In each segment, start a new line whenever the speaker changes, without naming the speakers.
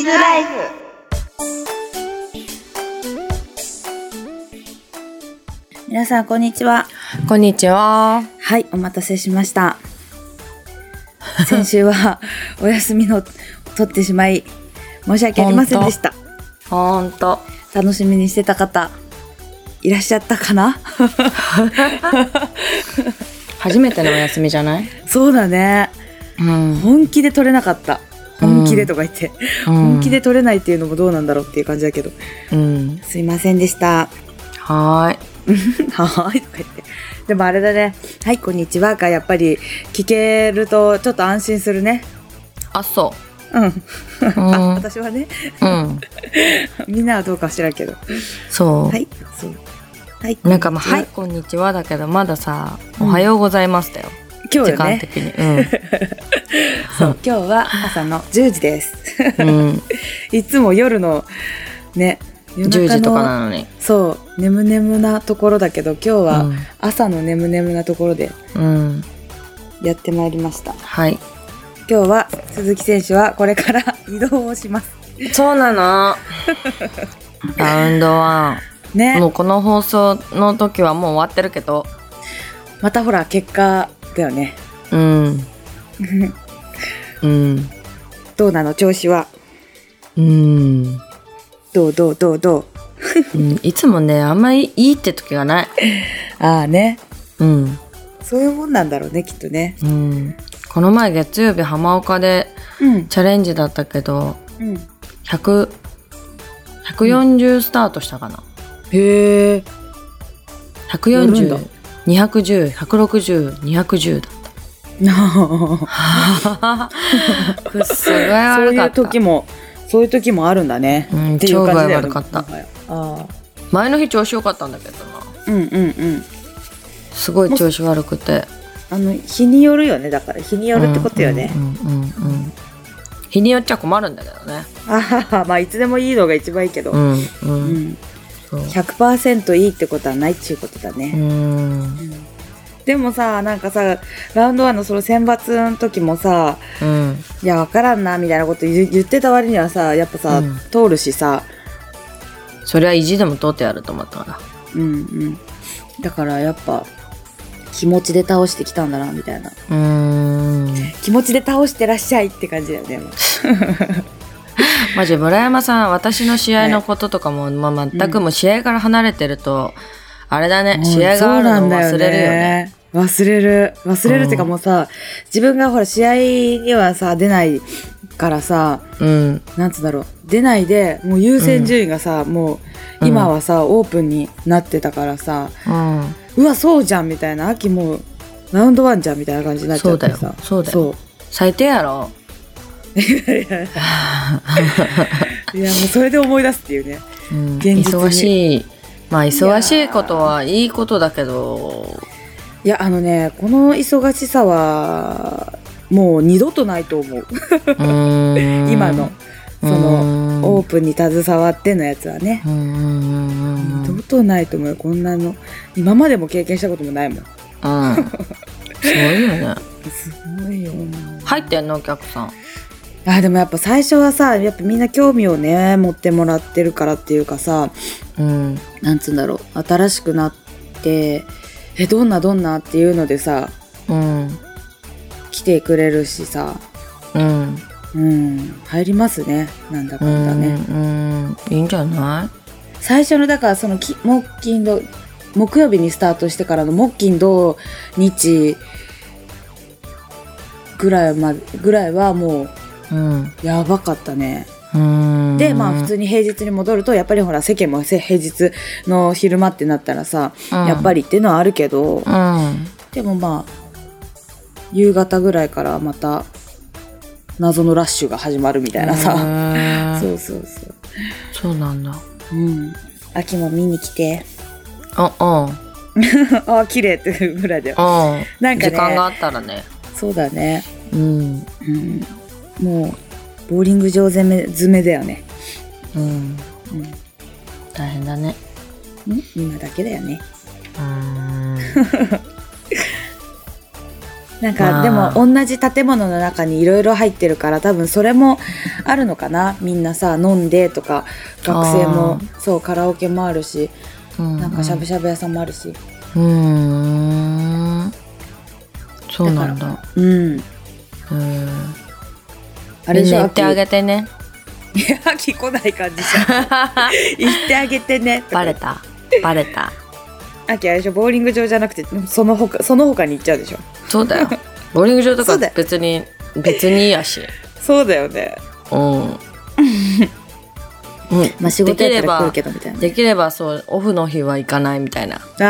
ズライフ皆さんこんにちは
こんにちは。
はいお待たせしました 先週 はお休みの取ってしまい申し訳ありませんでした
ほんと。
楽しみにしてた方いらっしゃったかな
初めてのお休みじゃない
そうだね
うん。
本気で取れなかった本気でとか言って、本気で。取れないっていうのもどうなんだろうっていう感じだけど
うん。
すいませんでした
は
はーいとか言って。でもあれだね。はい、こんにちはがやっぱり聞けるとちょっと安心するね。
ーい。あ、そ
うん。
う。う
私はね、
ん。うん。
みんなはどうか知らんけど。
そ
はい。そう。はい。
う。なんかまあ、
こん
は
に
い、こんにちはだけど、まださ、
う
お
ん
はようございますだよ。
ちは。今日
時
だ
間
ね。
的に。う
そう今日は朝の10時です。
ん。うん。
いつも夜の、ね、 夜中の
10時とかなのに。
そう、眠眠なところだけど、今日
う
は
ん
朝の眠眠なところで
うん。
やってまいりました。
はい。
今日は鈴木選手はこれから 移動をします。
そう なの。ラウンドワン。
ね。
もうこの放送の時はもう終わってるけど。
またほら、結果だよね。
うん。うん。
どうなの調子は。
うん。
どうどうどうどう。
うん、いつもねあんまりいいって時がない、
ああね。
うん
そういうもんなんだろうね、きっとね。
うん、この前月曜日浜岡で
うん。
チャレンジだったけど
うん、
100 140スタートしたかな、
へえ。やるんだ
140210160210だくっすごい
そう
悪
い
かっ
う
た
時も、そういう時もあるんだね。
うん
っていう感じだよね
超具合悪かった
もはやああ。
前の日調子良かったんだけどな
うんうんうん。
すごい調子悪くて
あの、日によるよね、だから。日によるってことよね。
うんうんうんうん日によっちゃ困るんだけどね
あはは、まあ、いつでもいいのが一番いいけど。
う
うん
うん、そう
100%いいってことはないっていうことだね。
うん
でもさ、なんかさ、ラウンドワンのその選抜の時もさ、
うん
いや、わからんな、みたいなこと言言ってた割にはさ、やっぱさ、
うん
通るしさ、
そりゃ意地でも通ってやると思ったから
うんうん。だからやっぱ、気持ちで倒してきたんだな、みたいな。
うーん
気持ちで倒してらっしゃいって感じだよ ね。もう
マジ村山さん私の試合のこととかも、まあ、全くもう試合から離れてると、あれだね試合があるのを忘れるよね。
そうなんだよ忘れる。忘れるっていうか
うん
もうさ、自分がほら、試合にはさ、出ないからさ、
うん
なんつうんだろう、出ないで、もう優先順位がさ、もう、今はさ、オープンになってたからさ、
うん
うわそうじゃんみたいな秋もうラウンドワンじゃんみたいな感じになっちゃってさ
そうだよそう
そ
最低やろ
ういやもうそれで思い出すっていうね
うん
現実に
忙しいまあ忙しいことはいいことだけど
いやあのねこの忙しさはもう二度とないと思う今
今
のその
の
オープンに携わってのやつはね
うんうんうんうん
二度とないと思うよこんなの今までも経験したこともないもん
うんすごいよね
すごいよ
入ってんのお客さん
あでもやっぱ最初はさやっぱみんな興味をね持ってもらってるからっていうかさ
うん
なんつうんだろう新しくなってえどんなどんなっていうのでさ
うん
来てくれるしさ
うん
うん入りますねなんだかんだね、
うん、うん、いいんじゃない
最初のだからそのき木金土木曜日にスタートしてからの木金土日ぐらいまでぐらいはもう
うん。
やばかったね
うん
でまあ普、通に平日に戻るとやっぱりほら世間もせ平日の昼間ってなったらさ、やっぱ
り。
りっていうのはあるけど、
うん。
でもまあ夕方ぐらいからまた謎のラッシュが始まるみたいなさ、
へー
そうそうそう
そうなんだ。
うん秋も見に来て
あ、うん。うん。
ああ綺麗っていうぐらいだよなんかね
時間があったらね。
そうだね
うん。
うんもうボーリング場攻め詰めだよね
うん。
うん
大変だね。
ん今だけだよね
うん。
なんか、
まあ
でも同じ建物の中にいろいろ入ってるから多分それもあるのかなみんなさ飲んでとか学生もそうカラオケもあるし
な
なんかしゃぶしゃぶ屋さんもあるし
うーんそうなんだ
うん、
うん
あれ
みん
じ
な
ゃ
言ってあげてね
い や聞こない感じじゃん言ってあげてね
バレたバレた
あきあれでしょボーリング場じゃなくてそのほかその他に行っちゃうでしょ
そうだよボウリング場と
そ
か
うだよ
別に別にやし
そうだよね
うん うん
まあ仕
で
事
き
や
れ
ったら来る
ば
けどみたいな
できればそうオフの日は行かないみたいな
あ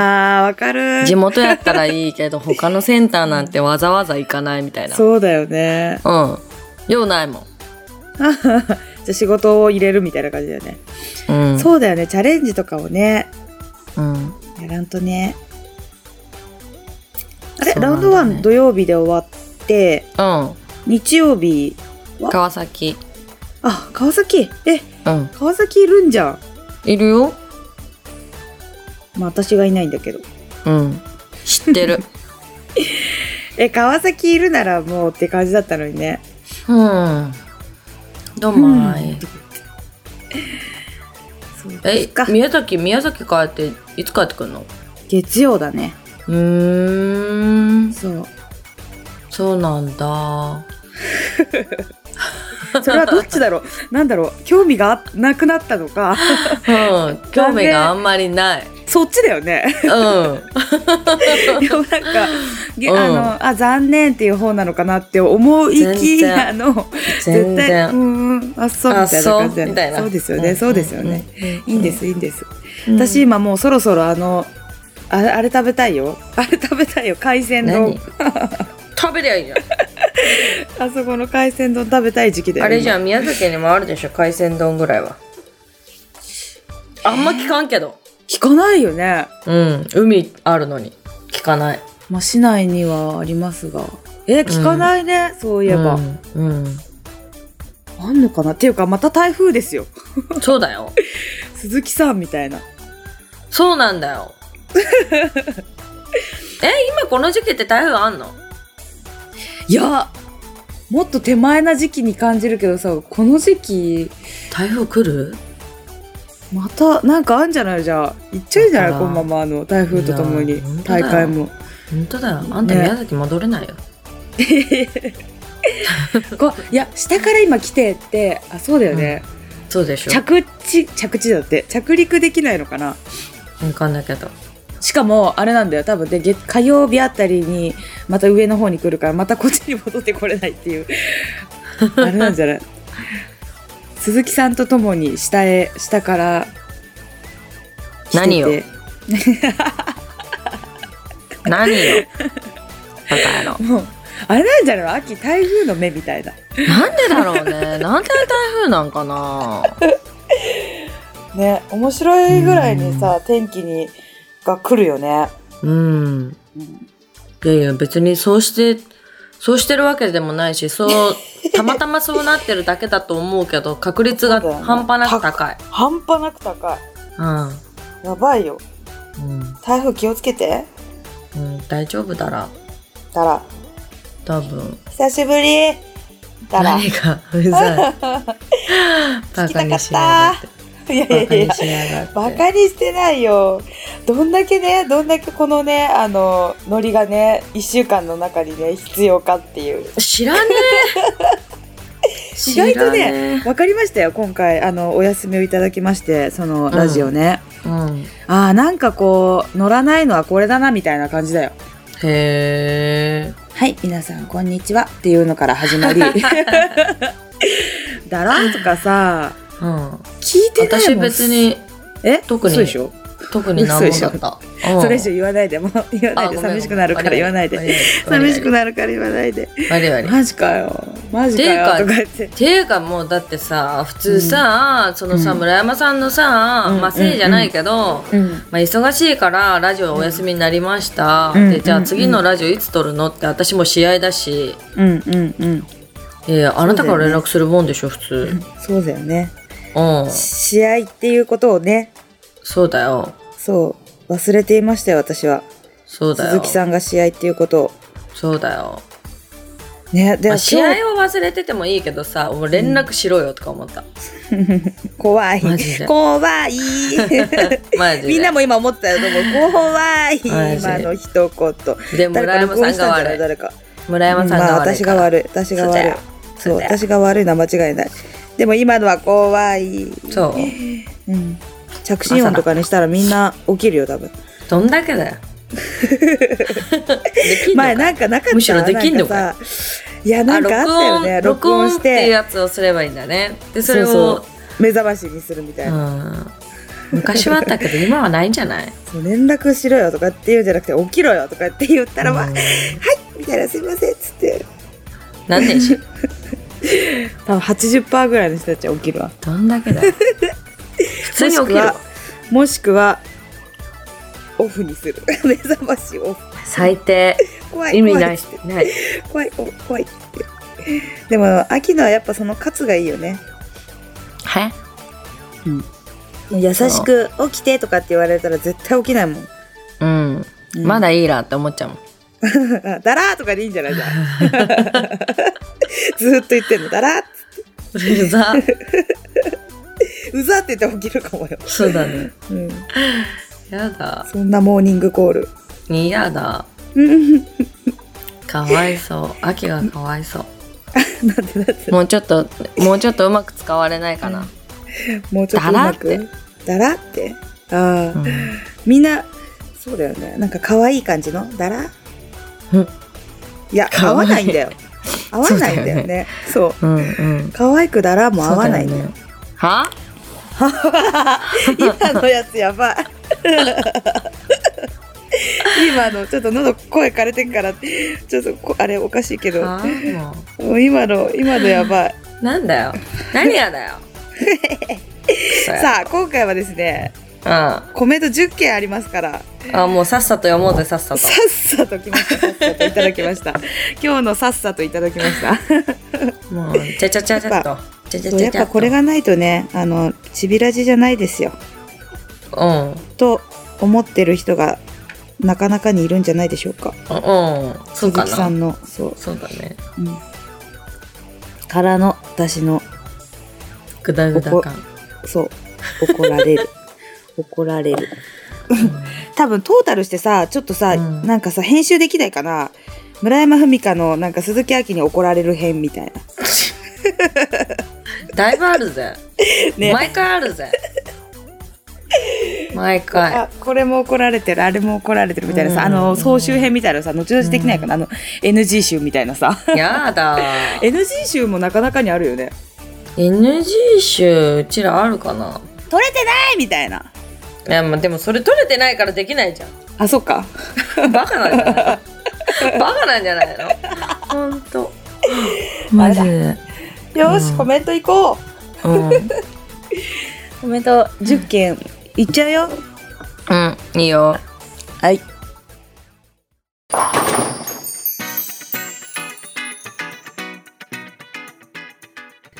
ーわかる
地元やったらいいけ ど他のセンターなんてわざわざ行かないみたいなう
そうだよね
んようないもん
じゃあ仕事を入れるみたいな感じだよね、
うん
そうだよねチャレンジとかをね
うん
やらんとねあれ、
そうな
ラウン
んだね
ドワン土曜日で終わって
うん
日曜日
川崎
あ川崎え
うん
川崎いるんじゃん
いるよ
まあ私がいないんだけど
うん知って る
え川崎いるならもうって感じだったのにね
うんどうもあい
そうで
え
すか
宮崎宮崎帰っていつ帰ってくるの
月曜だね
うーん
そう
そうなんだ
それはどっちだろうなんだろう興味がなくなったのか
うん興味があんまりない
そっちだよね
う
い
ん
やなんか、げ
うん
あのあ残念っていう方なのかなって思いきや
全
の
全
絶対う
然
ーんあそうみたいな感じだよねそうですよね、そうですよね、、いいんですいいんです、
うん
私今もうそろそろあのあれあれ食べたいよあれ食べたいよ海鮮丼
何 食べりゃいいじゃん
あそこの海鮮丼食べたい時期だよ
あれじ
ん
ゃん宮崎にもあるでしょ海鮮丼ぐらいはあんま聞かんけど
聞かないよね
うん海あるのに聞かない
まあ市内にはありますがえ聞かないね、そういえば、
うん、うん
あんのかなっていうかまた台風ですよ
そうだよ
鈴木さんみたいな
そうなんだ よえ今この時期って台風あんの
いやもっと手前な時期に感じるけどさこの時期
台風来る
またなんかあんじゃないじゃあ行っちゃうんじゃない
あら
このままあの台風ととも
い
に
や本当だ
大
よ
会も
本当だよあんた
ね
宮崎戻れないよ、
こいや下から今来てってあそうだよね、
そうでしょ
着地着地だって着陸できないのかな
分かんないけど
しかもあれなんだよ多分で月火曜日あたりにまた上の方に来るからまたこっちに戻ってこれないっていうあれなんじゃない鈴木さんとともに下へ下から来てて
何よ何 よバカ野郎
もうあれなんじゃないの秋台風の目みたいな
なんでだろうねなんで台風なんかな
ね面白いぐらいにさ天気にが来るよね、
うんいやいや別にそうしてそうしてるわけでもないしそうたまたまそうなってるだけだと思うけど確率が半端なく高い
半端なく高いやばいよ
うん、
台風気をつけて
うんうん、大丈夫だら
だら
多分
久しぶりだら
何がうざ いバカにしやがって
いやいや
バ
い
カに
や
しやがって
バカにしてないよどんだけねどんだけこのねあのノリがね1週間の中にね必要かっていう
知らね え
意外とね
知らね
わかりましたよ今回あのお休みをいただきましてそのラジオね、
えうん
あーなんかこう乗らないのはこれだなみたいな感じだよ
へえ
はい皆さんこんにちはっていうのから始 まりだらんとかさ
うん
聞いてない
私
もん
別に
え
特に
そうでしょ
特に何もだったうん
それ以上言わないでもう言わないで寂しくなるから言わないで 寂しく
る
なるから言わないで
割り割り
マジかよマジかよと
ていう
か
か
言って
っていうかもうだってさ普通さ、そのさ
うん
村山さんのさ、
うん
まあせいじゃないけど、
うん
まあ、忙しいからラジオお休みになりました、
うんう
で
ん
じゃあ
うん
次のラジオいつ撮るのって私も試合だし、
うんうんうん
えーあなたから連絡するもんでしょ普通
そうだよね
うん、
試合っていうことをね
そうだよ
そう忘れていましたよ私は
そうだよ
鈴木さんが試合っていうことを
そうだよ。
ね、で
まあ
は
試合を忘れててもいいけどさ、もう連絡しろよとか思った。
怖い
マジで
怖い
マジで。
みんなも今思ってたと思う怖い
マジで
今の一言
で、村
誰か
山
録音
さ
した
んが
んじゃ
悪
ない
い。
誰か
村山さん
ま
が
あ、
悪い
私
か
が
ら。
悪い私が
そうだ
悪いそ
よ
う
そうだよ
私が悪いのは間違いないでも今のは怖い
そう。
うん、着信音とかにしたらみんな起きるよ多分
どんだ けだよ。できんの
前
か
なんかなかった
むしろできんの
な
かよ
んかさいやなんかあったよね
あ
録音し
っていう
て
やつをすればいいんだね。で、それを。
うう目覚ましにするみたいな、
うん、昔はあったけど、今はないんじ ゃない
そう連絡しろよとかって言うんじゃなくて起きろよとかって言ったら、わ
う
は
ん
いみたいなすいませんっつって
なん でし
多分80%ぐらいの人たちは起きるわ
どんだけだよ。普 通に起きるわ。
もしくはオフにする 目覚ましオフ
最低。
怖い
意味な
怖い
い
っつっ。
ない。
て怖い怖い怖いってでも秋のはやっぱその勝がいいよね
はい。
優しく起きてとかって言われたら絶対起きないもん、
うん。
うん
まだいいなって思っちゃ うもん。
あだらーとかでいいんじゃない じゃんずーっと言ってんのだらーっ
うざ。
てうざって言って起きるかもよ、
そうだね。
うん、
やだ。
そんなモーニングコール
嫌だ。
うん
かわい そう。秋がかわいそう。
なんでなんで
もうちょっと、もうちょっとうまく使われないかな。
もうちょっとうまくだらってああ、みんなそうだよねなんか可愛い感じのだら
うん
いや
可愛い
合わないんだよ合わないんだよねそう
うん、うん。
可愛くだらも合わないんだ
そう
よ
だよね。は
今のやつやばい今のちょっと喉声枯れてるからちょっとこあれおかしいけど
はも。
もう今の今のやばいう
なんだよ。何がだよ。
さあ今回はですね
あ、
コメント10件ありますから
うん。あ、もうさっさと読もうぜ、さっさと。
さっさと来ましたさっさといただきました今日のさっさといただきました
もう、ちゃちゃちゃちゃっと。ちゃちゃ
そう
ち
や
ゃ
っ
ちゃ
ぱ
と
これ。がないとねあのちびらじじゃないですよ
うん。
と思ってる人がなかなかにいるんじゃないでしょうか
うん。そう
鈴
か
木さ
な。
んのそう、
そうだね。
うん、からの私の
ぐだぐだ感。
そう怒ら れる怒られる多分トータルしてさちょっとさ、
うん
なんかさ編集できないかな村山文香のなんか鈴木亜希に怒られる編みたいな
だいぶあるぜ。
ね
毎回あるぜ。毎回。
あこれも怒られてるあれも怒られてるみたいなさ、
うん
あの総集編みたいなさ後々できないかな、あの NG 集みたいなさ
やだ。
NG 集もなかなかにあるよね
NG 集、うちらあるかな
取れてないみたいない
や、まあ、でもそれ取れてないからできないじゃん。
あそっか
バカなんじ ゃないのバカなんじゃないのほんと。マジで。
よし、
うん
コメントいこう
うん。う
コメント10件いっちゃうよ
ん、いいよ。
はい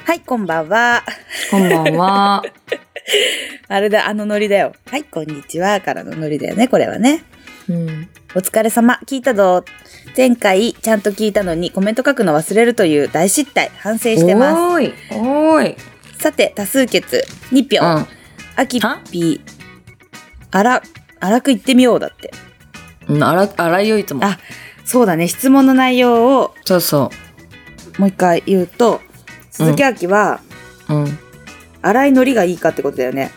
はいこんばんは
こんばんは。
あれだあのノリだよはいこんにちはからのノリだよねこれはね
うん。
お疲れ様聞いたぞ前回ちゃんと聞いたのにコメント書くの忘れるという大失態反省してま
おーい。おーい。
すさて多数決2
う
票
ん。
あきっぴーあら荒く言ってみようだって
うん、あら、あらよいつも
あ。そうだね質問の内容を
そうそ
もう一回言うと鈴木亜希は
う。うん。
荒いのりがいいかってことだよね。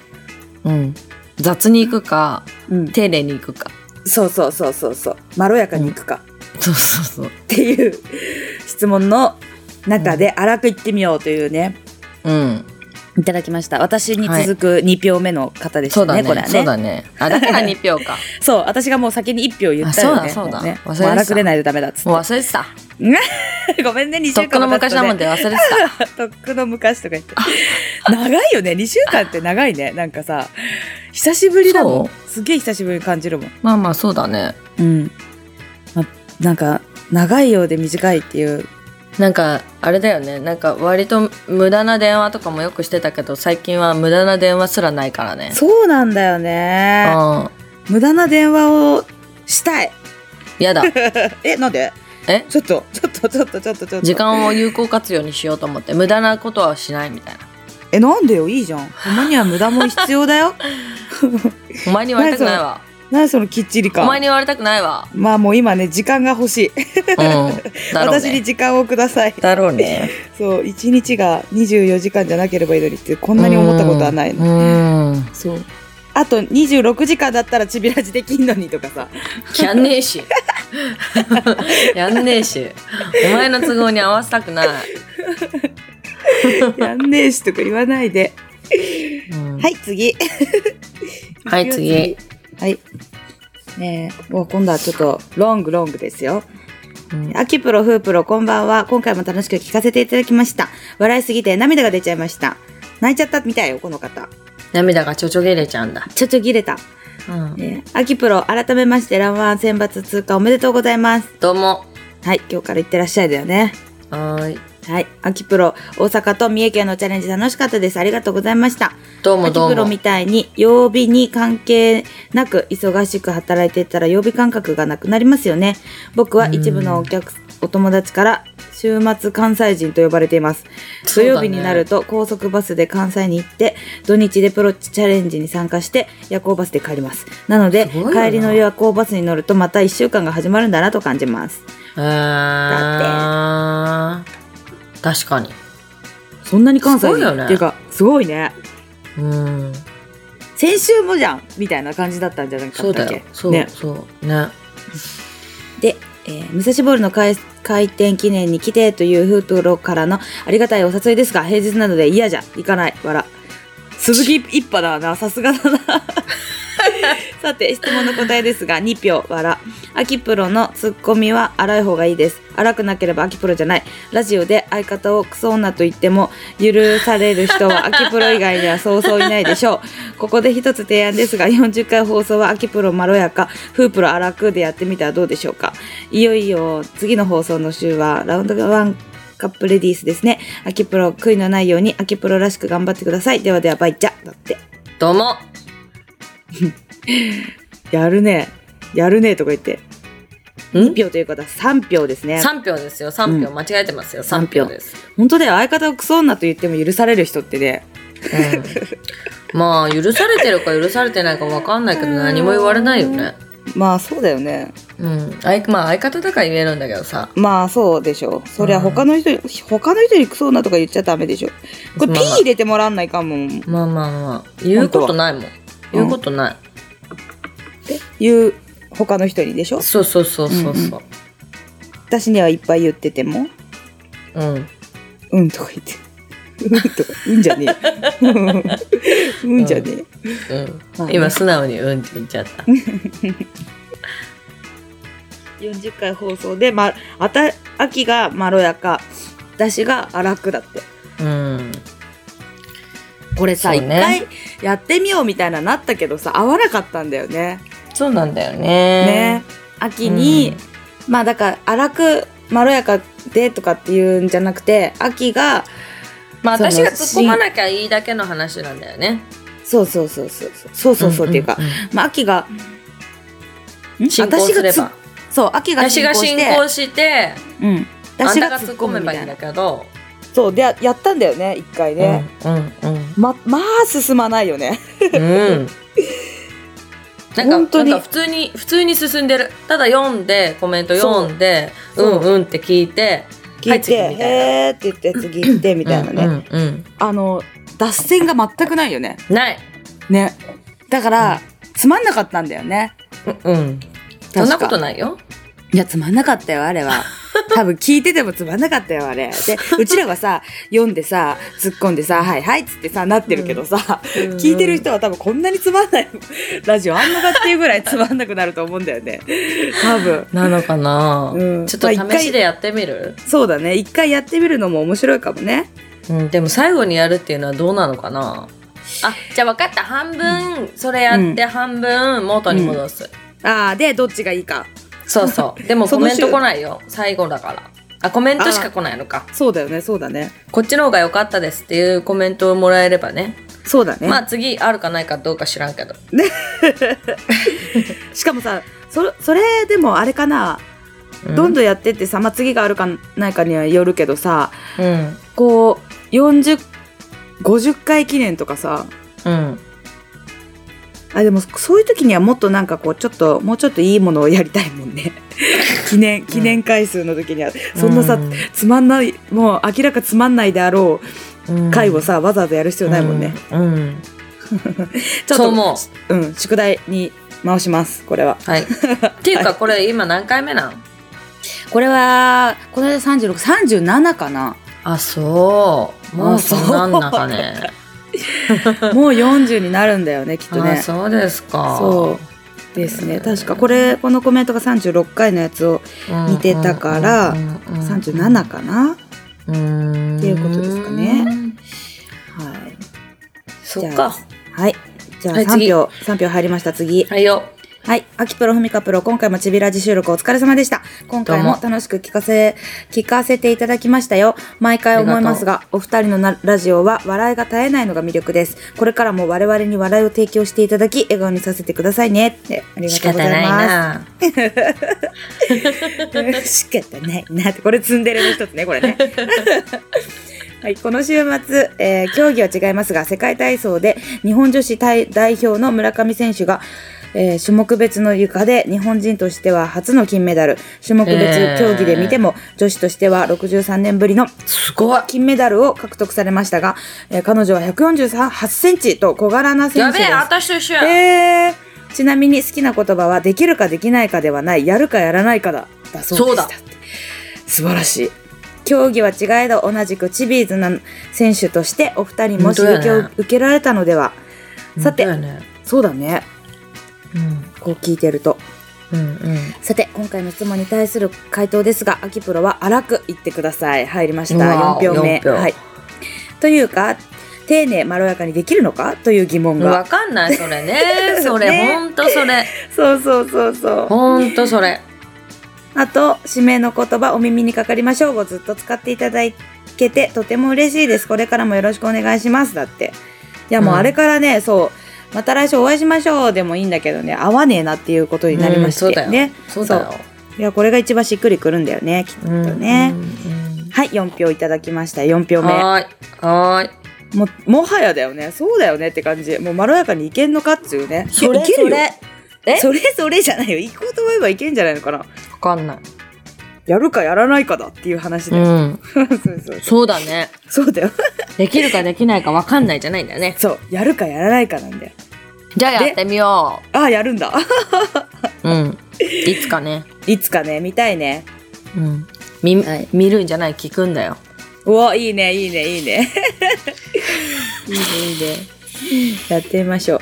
うん。雑に行くか、
うん、
丁寧に行くか。
そうそうそうそうそうまろやかにいくか
そうそうそう。
っていう質問の中で荒く言ってみようというね
うん。
いただきました私に続く2票目の方でし
そ
た
う
ね,、
だね。
これは
そう
ね
だね。あ、だから2票か。
そう私がもう先に1票言ったよね
あそうだそうだ
もね
忘れて
も
た
う荒くれないとダメだっつ
もう
っ
忘れ てた。
て ごめんね2週
と
間
っくの昔なもん
で
で忘れて
とっくの昔とか言って長いよね2週間って長いねなんかさ久しぶりだもん
そ
すげえ久しぶりに感じるもん
た。まあまあ、そうだね。
うん、ま、なんか長いようで短いっていう
なんか、あれだよね。なんか、割と無駄な電話とかもよくしてたけど、最近は無駄な電話すらないからね。
そうなんだよね
う
無駄な電話をしたい
ん。やだ。
えなんで
え
ちょっとちょっとちょっとちょっとちょっと
時間を有効活用にしようと思って無駄なことはしないみたいな
えなんでよいいじゃんたまには無駄も必要だ よ
お前に言われたくないわ
何そのきっちり
お
感
前に言われたくないわ
まあもう今ね時間が欲しい、
うんだろう
私に
ね
時間をください
だろうね
そう一日が24時間じゃなければいいのにってこんなに思ったことはないの
うんうん
そうあと26時間だったらちびらじできんのにとか さ
やんね えしやんねえしお前の都合に合わせたくない、
やんねえしとか言わないで
うん
はい次
はい次
はいねえもう今度はちょっとロングロングですよ
うん
秋プロ、フープロ、こんばんは。今回も楽しく聞かせていただきました。笑いすぎて涙が出ちゃいました。泣いちゃったみたいよ、この方。
涙がちょちょげれちゃうんだ、
ちょちょ切れた。
うん
えー、秋プロ、改めまして、ランワン選抜通過おめでとうございます。
どうも
はい、今日から行ってらっしゃいだよね。
はーい
はい、秋プロ、大阪と三重県のチャレンジ楽しかったです。ありがとうございました。
どうも
秋
どう
プロ
も
みたいに、曜日に関係なく忙しく働いていたら、曜日感覚がなくなりますよね。僕は一部のお客、お友達から、週末関西人と呼ばれています。土
そうだね
曜日になると高速バスで関西に行って土日でプロチャレンジに参加して夜行バスで帰りますなのです
ごいよな
帰りの夜行バスに乗るとまた1週間が始まるんだなと感じます
あー確かに
そんなに関西
すごい
人
よね
っていうかすごいね
うん
先週もじゃんみたいな感じだったんじゃなかったっけ
そうだよそう、
ね、
そうね
で、えー武蔵ボールの開開店記念に来てというフートロからのありがたいお誘いですが平日なので嫌じゃ行かない笑鈴木一派だなさすがだなさて質問の答えですが2票笑秋プロのツッコミは荒い方がいいです荒くなければ秋プロじゃないラジオで相方をクソ女と言っても許される人は 秋プロ以外にはそうそういないでしょうここで一つ提案ですが40回放送は秋プロまろやかフープロ荒くでやってみたらどうでしょうかいよいよ次の放送の週はラウンドワンカップレディースですね秋プロ悔いのないように秋プロらしく頑張ってくださいではではバイチャだって
どうも
やるねやるねとか言って
ん
2票ということは3票ですね
3票ですよ3票、
う
間違えてますよ
三
3
票
票です、
本当だよ相方をクソ女と言っても許される人ってね
うん、まあ許されてるか許されてないか分かんないけど何も言われないよね
まあそうだよね
うんあいまあ相方だから言えるんだけどさ
まあそうでしょうそりゃ
うん
他の人に、他の人にクソ女とか言っちゃダメでしょこれ
ま
ピ
あ
ー
まあ
入れてもらわないかもん
まあまあまあ言うことないもん言うことない、
言う他の人にでしょ
そうそうそうそうそう
私にはいっぱい言ってても
うん、
うんとか言って。うんとか、うんじゃねえ。 うんじゃねえ。まあ
うん、
ね
今素直に「うん」って言っちゃった
40回放送で、ま、あた、秋がまろやか、だしが荒くだって。
うん
これさ、
そ
一、
うね
回やってみようみたいななったけどさ、合わなかったんだよね。
そうなんだよね
ね。秋に、まあだから、荒く、まろやかでとかっていうんじゃなくて、秋が、
まあ
その
私が突っ込まなきゃいいだけの話なんだよね
そうそうそうそう、そうそうそうっていうか、
んんん
まあ秋が、ん
進行すれ
私が
ば
つそう、秋が
私
進
が
行
進
して、
行して
うん。
あん
私が
たが
突
突
っ
っ
込
込
む
め
みた
ばいい
い
ん
な
だ。けど
そう、で、やったんだよね、一回ね。
うんうん
ま、まあ、進まないよね。
うんうんなんか
本当に
なんか普通に普通に進んでるただ読んでコメント
そう
読んでう
そうん
うんって聞いて
聞いて、
はい次みたいな
へーって言って、次行って、みたいなね。
うんうんうん
あの、脱線が全くないよね。
ない
ね。だから、つまんなかったんだよね。
うんうんそんなこと
い。
ないよ
いや、つまんなかったよ、あれは。 多分聞いててもつまんなかったよ、あれ。で、うちらはさ、読んでさ、突っ込んでさ、はいはいっつってさ、なってるけどさ、聞いてる人は多分こんなにつまんない、ラジオあんのかっていうぐらいつまんなくなると思うんだよね。多分。
なのかな
うん
ちょっと
まあ一回
試しでやってみる
そうだね。一回やってみるのも面白いかもね。
うんでも最後にやるっていうのはどうなのかなあじゃあ分かった半分それやって半分元に戻す
ああ、で、どっちがいいか。
そう そう。でも
そ
コ
の
メ
週
ント来ないよ。最後だから。あ、コメントしか来ないのか。
そうだよね、そうだね。
こっちの方が良かったですっていうコメントをもらえればね。
そうだね。
まあ次あるかないかどうか知らんけど。
しかもさ、それ、それでもあれかな。どんどんやってってさ、まあ、次があるかないかにはよるけどさ
うん
こう4050回記念とかさ
うん
あでもそういう時にはもっとなんかこうちょっともうちょっといいものをやりたいもんね 記念記念回数の時には、そんなさ、つまんないもう明らかつまんないであろう回をさ、わざわざやる必要ないもんね、
うん、うん
ちょっ
そう
と
思
う、ん、宿題に回しますこれは
はいっていうかこれ今何回目なん
これはこの間3637か な
あそうもうそんなんだかね
もう40になるんだよねきっと
あ
ね
そうですか
そうですね確かこれこのコメントが36回のやつを
うん
似てたから
うんうんうんうん
37かな、
うん
っていうことですかねはい
そっか
はい。じゃあ
はい
3
次
票、3票入りました、次。
はいよ
はい。アキプロ、ふみかプロ、今回もちびラジ収録お疲れ様でした。今回も
どう
楽しく聞かせ、聞かせていただきましたよ。毎回思いますが、お二人のなラジオは笑いが絶えないのが魅力です。これからも我々に笑いを提供していただき、笑顔にさせてくださいね。って、ありが
仕
とう
方
ござ
ないい
ま
な
す。仕方ないな。って、これツンデレの一つね、これ ね。はい、この週末、えー競技は違いますが、世界体操で日本女子体代表の村上選手が、えー種目別の床で日本人としては初の金メダル、種目
え
別
ー
競技で見ても、女子としては63年ぶりの
すごい
金メダルを獲得されましたが、えー彼女は148センチと小柄な選
や
手で
べえ
す。
私と一緒や、
えーちなみに好きな言葉は、できるかできないかではない、やるかやらないかだ。だそうでした。素晴らしい。競技は違えど同じくチビーズな選手としてお二人も刺激を
本当やね
受けられたのでは、さて
本当やね
そうだね
うん
こう聞いてると
うんうん
さて今回の質問に対する回答ですが秋プロは荒く言ってください入りまし
う
た
わ
4票目
4票
はい、というか丁寧まろやかにできるのかという疑問
わ
が
かんないそれ ねそ
ね
れほんとそれ
そうそうそうそう
ほんとそれ
あと、指名の言葉お耳にかかりましょうをずっと使っていただけてとても嬉しいです。これからもよろしくお願いします。だって。いや、もううんあれからね、そう、また来週お会いしましょうでもいいんだけどね、会わねえなっていうことになりまして、
うんそうだよ
ね。
そうだよ
いや、これが一番しっくりくるんだよね、きっとね。はい、4票いただきました。4票
うんうんうん
目。
はーいはーい
もう、もはやだよね。そうだよねって感じ。もうまろやかにいけんのかっつうね。
そ
い
れ
やいけ
そ
るよ
れえ
それそれじゃないよ。行こうと思えばいけんじゃないのかな。
わかんない
やるかやらないかだっていう話で。
うん
そうそう
そうだね
そうだよ。
できるかできないかわかんないじゃないんだよね
そう、やるかやらないかなんだよ。
じゃあやってみよ
ああ、やるんだ。
ううんいつかね
いつかね、見たいね。
うん見
はい
見るんじゃない聞くんだよ
うお、いいね、いいね、いいね。 いいね、いいね。やってみましょ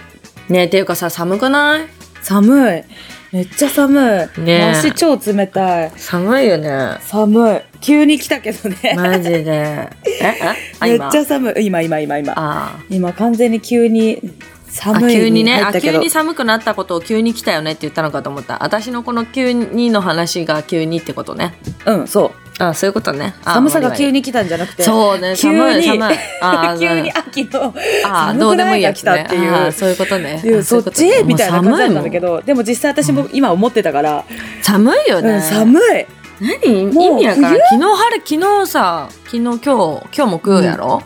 う。
ねっていうかさ寒くない
寒い。めっちゃ寒い。
ねえ
足超冷たい。
寒いよね
寒い。急に来たけどね。
マジ でええあ
めっ
今
ちゃ寒い。今、今、今、今。
あー
今、完全に急に
あ
寒い
急にね
入った
あ
け
急
ど
に寒くなったことを急に来たよねって言ったのかと思った私のこの急にの話が急にってことね
うん、そう。
あそういうことねあ
寒さが
森は
急に来たんじゃなくて。
そうね
急に
寒い寒い あー
急に秋の
あー
寒
ど
く
うで
な
もい
い
い
が
や
来
つ、
た
ね、
っていう。
あーそういうことね
いや
あ
そ
そう
っ
いうこと
ちみたいな感じだったんだけ
もう
どでも実際私も今思ってたから、
寒いもん寒いよ
うん
ね、
寒い
何意
もう
味やからん昨日春昨日さ昨日今日今日木曜やろ、
うん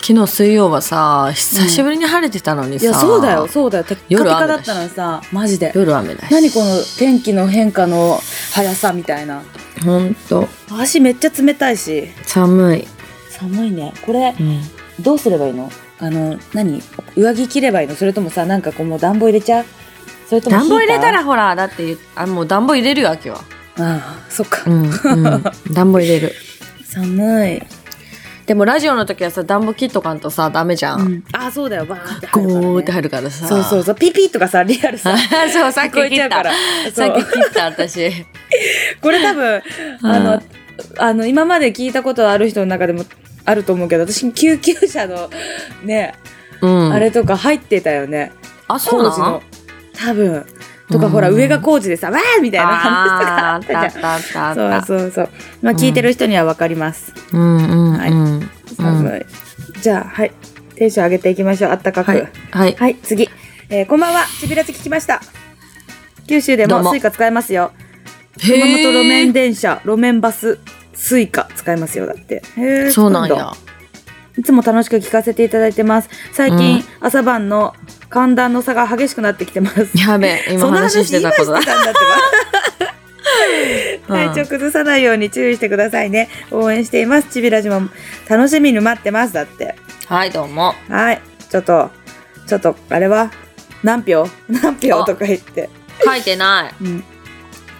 昨日水曜はさ久しぶりに晴れてたのに
い
さ、
やそうだよそうだよテッカテ
夜
カ
雨
だ
だ
っ
した
のにさマジで
夜雨だし
何この天気の変化の速さみたいな
ほんと
足めっちゃ冷たいし
寒い、
寒いねこれ
うん
どうすればいいのあの何上着着ればいいのそれともさなんかこうもう暖房入れちゃうそれともヒ
暖
ーター
房入れたらほらだってあもう暖房入れるよ秋は
ああそっか、
うん、うん、 暖房入れる
寒い、
でもラジオの時はさ暖房切っとかんとさダメじゃん、
うんああそうだよバーって入るからね
ゴーって入るからさ
そうそうそうピピとかさリアルさ
そうさっ
聞こえ
き
ち
切
ゃう
っ
から
た
そ
さっ
う
き切った私
これ多分、
うん
あの、あの、今まで聞いたことある人の中でもあると思うけど、私、救急車のね、
うん
あれとか入ってたよね。
あそうな
工事の
の。
多分。とか、
うん
ほら、上が工事でさ、わーみたいな
あ
話
ー
とかあ
あ
っ
ったたあったあっ
じゃん。
た
そうそうそう。まあ、
うん
聞いてる人にはわかります。
うんうんうん
はい
うん
寒い。じゃあ、はい。テンション上げていきましょう。あったかく。
は
はいい、
はい
次。えーこんばんは。ちびらつ聞きました。九州で
ど
も
うも
スイカ使えますよ。熊本路面電車路面バススイカ使いますよだってへえ
そうなん
今
や
度。いつも楽しく聞かせていただいてます最近、
うん
朝晩の寒暖の差が激しくなってきてます
やべえ、 今
そんな
話してたことだ
今。してたんだってば
うん
体調崩さないように注意してくださいね。応援しています。ちびラジも楽しみに待ってます。だって。
はい、どうも。
はい。ちょっと、ちょっと、あれは何票何票
あ
とか言って。
書いてない。
うん。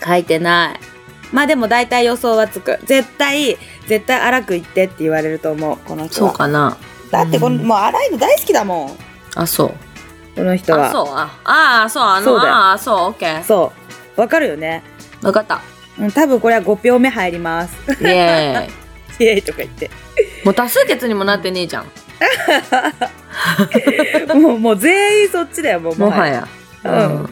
書いてない。
まあでも大体予想はつく。絶対、絶対荒く行ってって言われると思う。この人
そ
は。
うかな。
だってこの、
うん
もう荒いの大好きだもん。
あ、そう。
この人
あ、
は。
そう。あ、あー、そう、あ
そ
の、
うだよ
あー、そう、オッケー。
そう。わかるよね。
わかった。
うん、多分これは5票目入ります。
イエーイ。
イエーイとか言って。
もう多数決にもなってねえじゃん。
もう、もう全員そっちだよ、もう。
も
も
は
やう
や。
ん
うん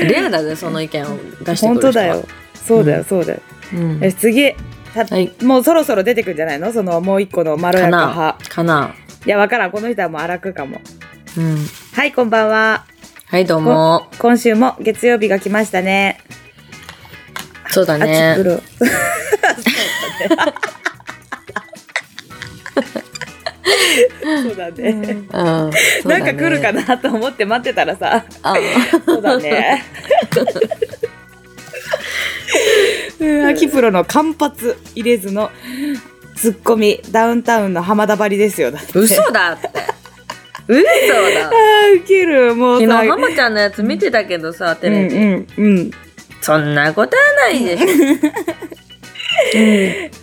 レアだぜ、その意見を出してくる人は
本当だよ。。そうだよ、そうだよ。
うん
え次た
はい。
もうそろそろ出てくるんじゃないのそのもう一個のまろや
か
か
な
派。
かな。
いやわからんこの人はもう荒くかも
うん。
はいこんばんは
はい、どうも。
今週も月曜日が来ましたね
そうだ
あち
ね。
ょっと そうだ
う
ね
ん。な
な
ん
んか来るかなと思って待ってたらさ
あ
そうだねうん秋プロの間髪入れずのツッコミダウンタウンの浜田張りですよだ って
嘘だって。嘘 だ。
あーウケるもう
昨日、
さ
ハマちゃんのやつ見てたけどさ、テレビ。
うんうんうん
そんなことはないでしょ。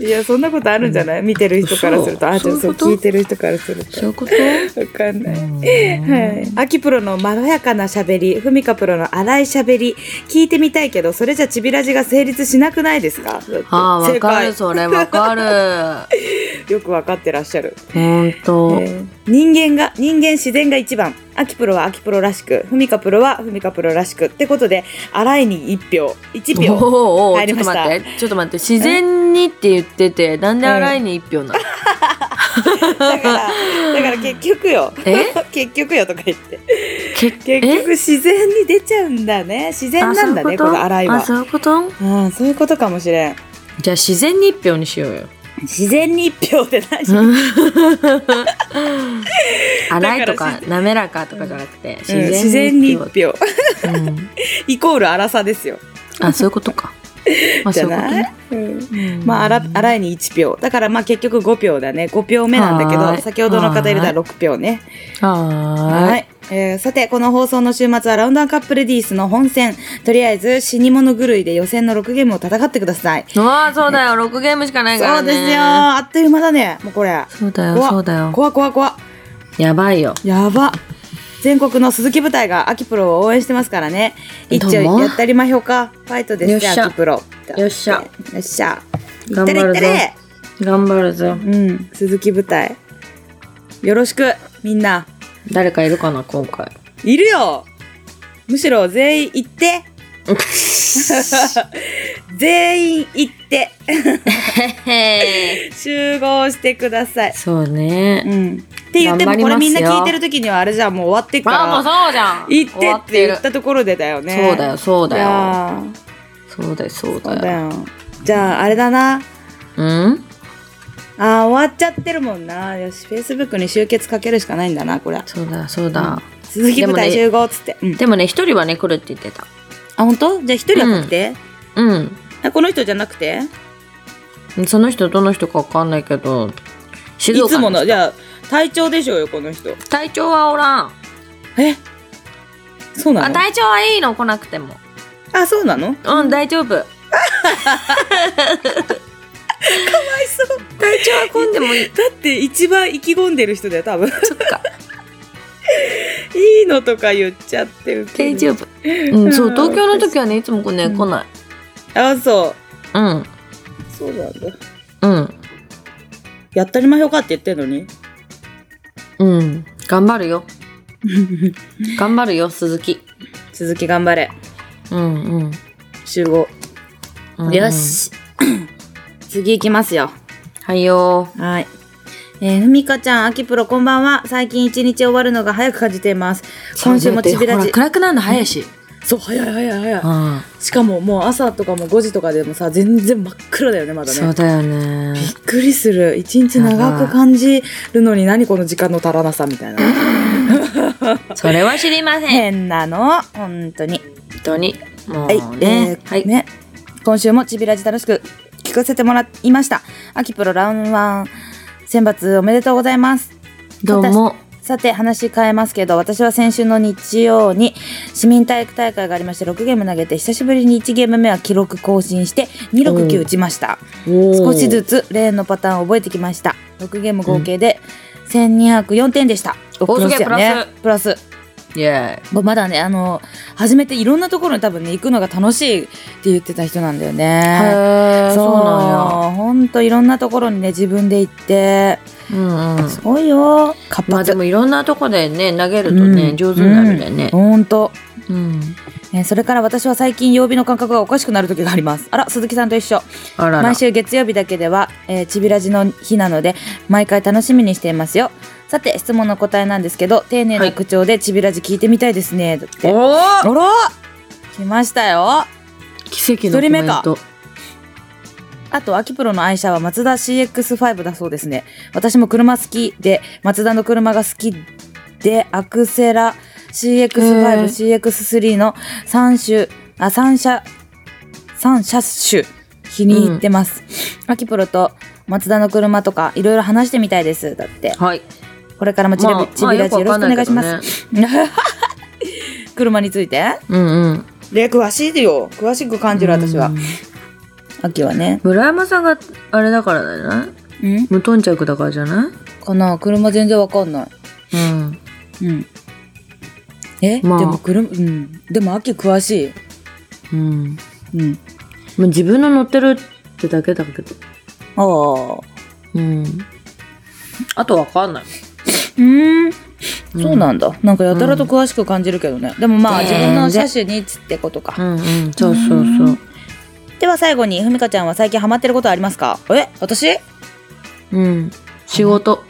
いやそんなことあるんじゃない、見てる人からするとあち
そう
ょっと
そ
聞
ういうこと
いてる人からする
そうい
と
うこと
わかんない。は、
はい
秋プロのまろやかなしゃべりふみかプロの荒いしゃべり聞いてみたいけどそれじゃちびラジが成立しなくないですか
あ
正
ー、わかる、
解
それわか る。
よくわかってらっしゃる、
ほんと。
えー人間が人間自然が一番秋プロは秋プロらしくふみかプロはふみかプロらしくってことで荒いに1票1
おー
票
おーおー
入
ち
り
ょっ
まし
と
た
待って、ちょっと待って、自然にって言ってて、なんで洗いに一票なの
だからだから結局よ
え
結局よとか言って
結
結局自然に出ちゃうんだね自然なんだねこの洗い
あ、
は
そういうこと
うんそういうことかもしれん
じゃあ自然に一票にし ようよ。
自然に一票でない
うん
ら
洗いとか滑らかとかじゃなくて自
うん自然
然に
に
一
一
票、
票
うん
イコール荒さですよ
あそういうことか、 まあ、
じ
そ
ゃ
ういうこと
な
ね
い、うんまあ、あら洗いに1票だからまあ結局5票だね5票目なんだけ
はー
ど
い
先ほどの方入れたら6票ね
は
は
ーい
い、えーさてこの放送の週末はラウンダーカップルディースの本戦とりあえず死に物狂いで予選の6ゲームを戦ってください
いうわあそうだよ6ゲームしかないか
そ
ら
う
ね
ですよあっという間だねもうこれ
そうだよ
怖っ
そうだよ
怖怖怖
やばいよ
やば全国の鈴木部隊が秋プロを応援してますからね一丁
どうも
やったりまひょうかファイトです
よっ
ね
しゃ
秋プロ
よっしゃ
よっしゃい
頑
ったれい
張
っ
る
た
ぞ
れ
頑張るぞ
うん鈴木部隊よろしくみんな
誰かいるかな今回
いるよむしろ全員行って 全員行って集合してください
そう
う
ね
んって言っても
頑張
こ
りますよ
れみんな聞いてる時にはあれじゃんもう終わってっか
あもう
ら
そうじゃん
行って
終わ
って言
る
ったところでだよね
そうだよそうだ
い
よ
やー
そうだよそう
そう
だ
だ
よ
よ。じゃあ、あれだな。
うん
あー終わっちゃってるもんな。よし、Facebook に集結かけるしかないんだな、これ。
そうだそうだ
鈴木部隊集合っつって。うん
でもね一人はね来るって言ってた
あ、本当？じゃあ、一人は確定、
うん
あこの人じゃなくて
その人どの人かわかんないけど
い
静岡
つもの、
人
じゃあ、隊長でしょうよ、この人。
隊長はおらん
えそうな
あ
の
隊長はいいの来なくても
あ、そうなの
うん大丈夫かわいそう隊長は来んでもいい
だって、一番意気込んでる人だよ、多分。
そっか
いいのとか言っちゃってるけ
大
ど
丈夫うんそう
うん
東京の時はねいつもね
うん
来ない
あ、そう
うん。
そうなんだ。
うん
やったりまひょうかって言ってんのに。
うん頑張 るよ頑張るよ鈴木
鈴木頑張れ。
うんうん
集合。
うんうん
よ し。次行きますよ。
はいよ
はい。えーふみかちゃん、あきプロ、こんばんは。最近一日終わるのが早く感じています。今週もちびら
そうだってほら
じ。
暗くなるの早いし
そう早い早い早い
あ
しかももう朝とかも5時とかでもさ全然真っ暗だよねま
あ、
だ
そう
ね
だよね
びっくりする一日長く感じるのに何この時間の足らなさみたいな
それは知りません
変なの 本当に
本当にもう
はい、
ね
えーね今週もちびラジ楽しく聞かせてもらいました秋プロラウンド1選抜おめでとうございます
どうも
さて話変えますけど私は先週の日曜に市民体育大会がありまして6ゲーム投げて久しぶりに1ゲーム目は記録更新して269打ちました少
少
しずつレーンのパターンを覚えてきました6ゲーム合計で1204点でした、
おすげえ
やねプラス
イエ
もうまだねあの初めていろんなところに多分ね行くのが楽しいって言ってた人なんだよ
ーイ
ね
へーそうなん
ほんといろんなところにね自分で行って
んやうんうん
すごいよ活発、
まあでもいろんなとこでね投げるとね、
うん
上手になるんだよね
うんほんと
うん
ね、それから私は最近曜日の感覚がおかしくなる時がありますあら鈴木さんと一緒
あらら
毎週月曜日だけでは、えーちびらじの日なので毎回楽しみにしていますよさて質問の答えなんですけど丁寧
は
ない口調でちびらじ聞いてみたいですねだって、
おー
あら来ましたよ
奇跡のコメント
あと、秋プロの愛車はマツダ CX5 だそうですね。私も車好きで、マツダの車が好きで、アクセラ
へ
CX5、CX3 の3種、あ、3車、3車種気に入ってます。秋プロとマツダの車とか、いろいろ話してみたいです。だって。
はい
これからもちび,、
まあ
ちびラジよろしくお願いしま
まあよくわかんない
す。 車について
うんうん
で、詳しいよ。詳しく感じる、私は
うん。
秋はね。
村山さんがあれだからだよね
うん
無頓着だからじゃない
かな車全然わかんない。
うん
うん。え、
まあ
でも車、うん。でも秋詳しい。
うん
うん。
まあ自分の乗ってるってだけだけど
ああ。
うんあとわかんない
うん。そう
の
なんだ。なんかやたらと詳しく感じるけどね。でもまあ
全
自
然
分の車種につってことか。
うんうんそうそうそう
では最後に、ふみかちゃんは最近ハマってることありますかえ私
うん仕事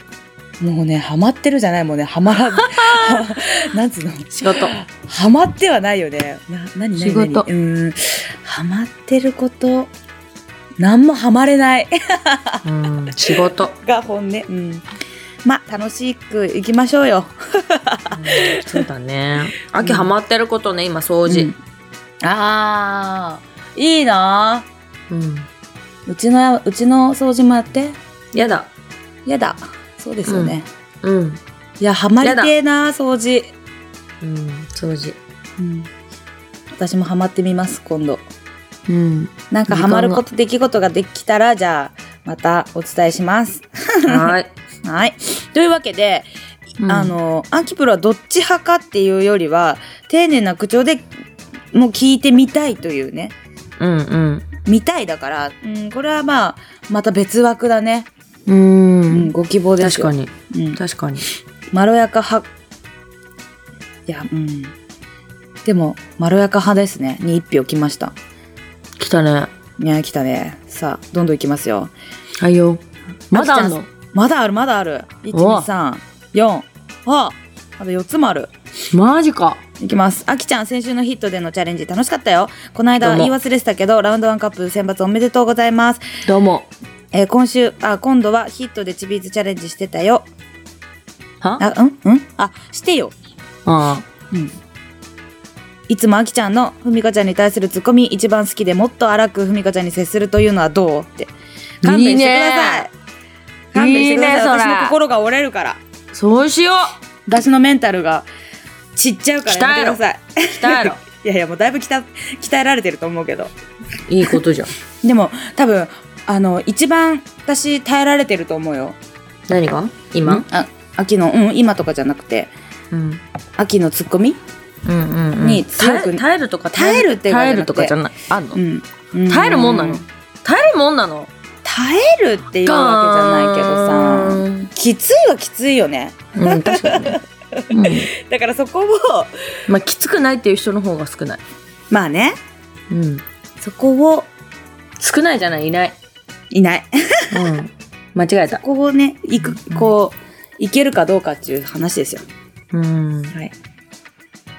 もうね、ハマってるじゃない。もうね、ハマ らず。なんつうの
仕事
ハマってはないよね。な、なになに
仕事
うーん。ハマってること、なんもハマれない。
うん仕事
が本音。うん。まあ、楽しくいきましょうよ。
うんそうだね秋ハマってることね今掃除
うんああいいな
うん
うちのうちの掃除もやって
やだ
やだそうですよね、
うん
いやハマりてえな掃除、
うん掃除
うん私もハマってみます今度
うん
なんか
時
ハ
間が
マること出来事ができたらじゃあまたお伝えします
はい
はいというわけで、
うん
あのアキプロはどっち派かっていうよりは丁寧な口調でもう聞いてみたいというね
うんうん
見たいだから、うん、これはまあまた別枠だね、
う
うん
ん、
ご希望です
確
よ
かに
うん、
確かに
まろやか派いやうんでもまろやか派ですねに1票来ました
来たね
いや来たねさあどんどんいきますよ
はいよまだあんの
まだあるまだある
お
1234あまだ4つもある
マジか
いきます。あきちゃん、先週のヒットでのチャレンジ楽しかったよ。この間
ど
は
うも
言い忘れてたけど、ラウンドワンカップ選抜おめでとうございます。
どうも
えー今週、あ、今度はヒットでチビーズチャレンジしてたよ。
は
あ、うんうんあ、してよ。
あ
いつもあきちゃんのふみかちゃんに対するツッコミ一番好きでもっと荒くふみかちゃんに接するというのはどうって。勘弁してください。
いいね
勘弁してください
いいねそら
私の心が折れるから。
そうしよ
私のメンタルがちっちゃうからやめてください。
う来たや
いやいや、もうだいぶ鍛え鍛えられてると思うけど。
ろ いいことじゃん
でも多分、あの、一番私耐えられてると思うよ。
何が今
んあ秋の、うん、今とかじゃなくて、
うん
秋のツッコミ
うんうんうん
に強く
耐え耐えるとか
耐えるっていうのじゃなくて
耐えるとかじゃないあんの
うん。
耐えるもんなの耐えるもんなの
耐えるっていうわけじゃないけどさ。きついはきついよね
けどさうん確かにねう
だからそこを
んまあきつくないっていう人の方が少ない
まあね
うん
そこを
少ないじゃないいない
いない
うん間違え
そ
た
こをねいく
うん
こういけるかどうかっていう話ですよ
うん
はい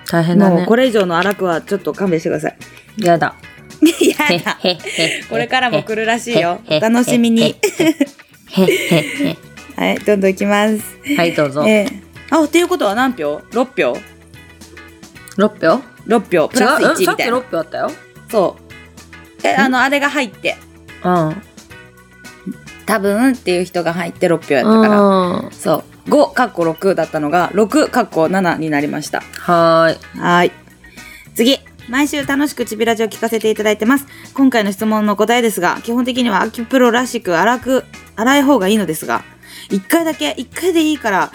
大変だ
もう
ね
こ。れ以上の荒くはちょっと勘弁してくだ さい。
やだ。
いや
へ
だ
へへ。
これからも来るらしいよ
へへへ
お楽しみに。
へへ
はい、どんどんいきます。
へ。はい、どうぞ。
えーあ、っていうことは何票 ?6 票
六票
?6 票プ
違
ラス
ううん
1
さ
み
ったき
いな。
六票あったよ。
そう。え、あの、あれが入って、
うん。
多分っていう人が入って6票やったから。
うん。
そう。5、かっこ6だったのが、6、かっこ7になりました。
はーい。
はい。次。毎週楽しくチビラジを聞かせていただいてます。今回の質問の答えですが、基本的には秋プロらしく荒く、荒い方がいいのですが、一回だけ、一回でいいから、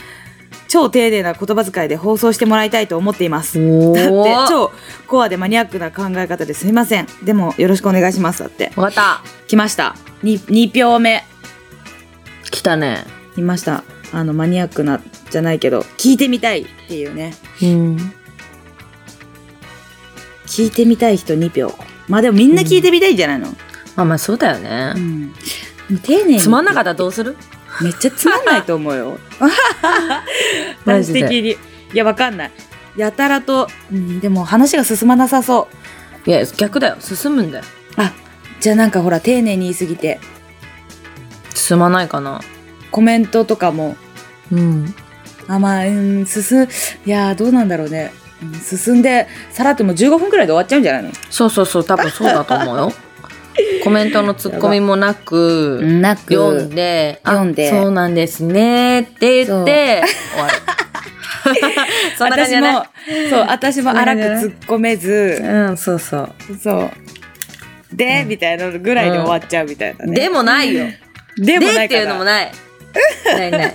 超丁寧な言葉遣いで放送してもらいたいと思っています。
お
だって
ー。
超コアでマニアックな考え方ですいませんでもよろしくお願いしますだって
わかっ
来ましたに 2, 票目
た。来たね。
来ましたあのマニアックなじゃないけど聞いてみたいっていうね
うん。
聞いてみたい人2票まあでもみんな聞いてみたいんじゃないの、
まあまあそうだよ
う
ね。
んでも丁寧に
つまんなかったらどうする
めっちゃつまんないと思う よ
マジで
私的にいやわかんないやたらと、うん、でも話が進まなさそう
いや、逆だよ。進むんだよ。
あじゃあなんかほら丁寧に言いすぎて
進まないかな。
コメントとかも
うん。
あまあ、うん、進いやーどうなんだろうねうん進んでさらっても15分くらいで終わっちゃうんじゃないの、
そうそうそう、多分そうだと思 うよ。コメントのツッコミもなく、
なく
読んで、あ
読んで
そうなんですねって言って、終 わる。そんな感じ
私
だね
も。 そう私も
そんな
荒
感
く
じだね
突っ込めず
うん、そうそう。
そうで、
うん
みたいなぐらいで終わっちゃうみたいなね、
でもないよ。
でも
で
な
っ
い
て
か
いうのも
な
ない。ないない。